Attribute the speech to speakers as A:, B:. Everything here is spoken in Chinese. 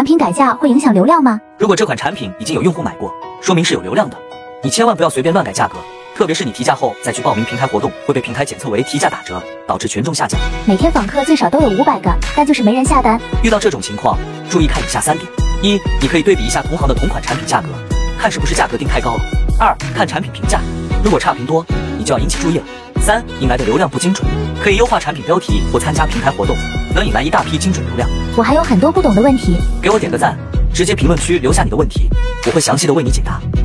A: 产品改价会影响流量吗？
B: 如果这款产品已经有用户买过，说明是有流量的，你千万不要随便乱改价格，特别是你提价后再去报名平台活动，会被平台检测为提价打折，导致权重下降。
A: 每天访客最少都有五百个，但就是没人下单。
B: 遇到这种情况，注意看以下三点：一，你可以对比一下同行的同款产品价格，看是不是价格定太高了；二，看产品评价，如果差评多，你就要引起注意了；三，引来的流量不精准，可以优化产品标题或参加平台活动，能引来一大批精准流量。
A: 我还有很多不懂的问题，
B: 给我点个赞，直接评论区留下你的问题，我会详细的为你解答。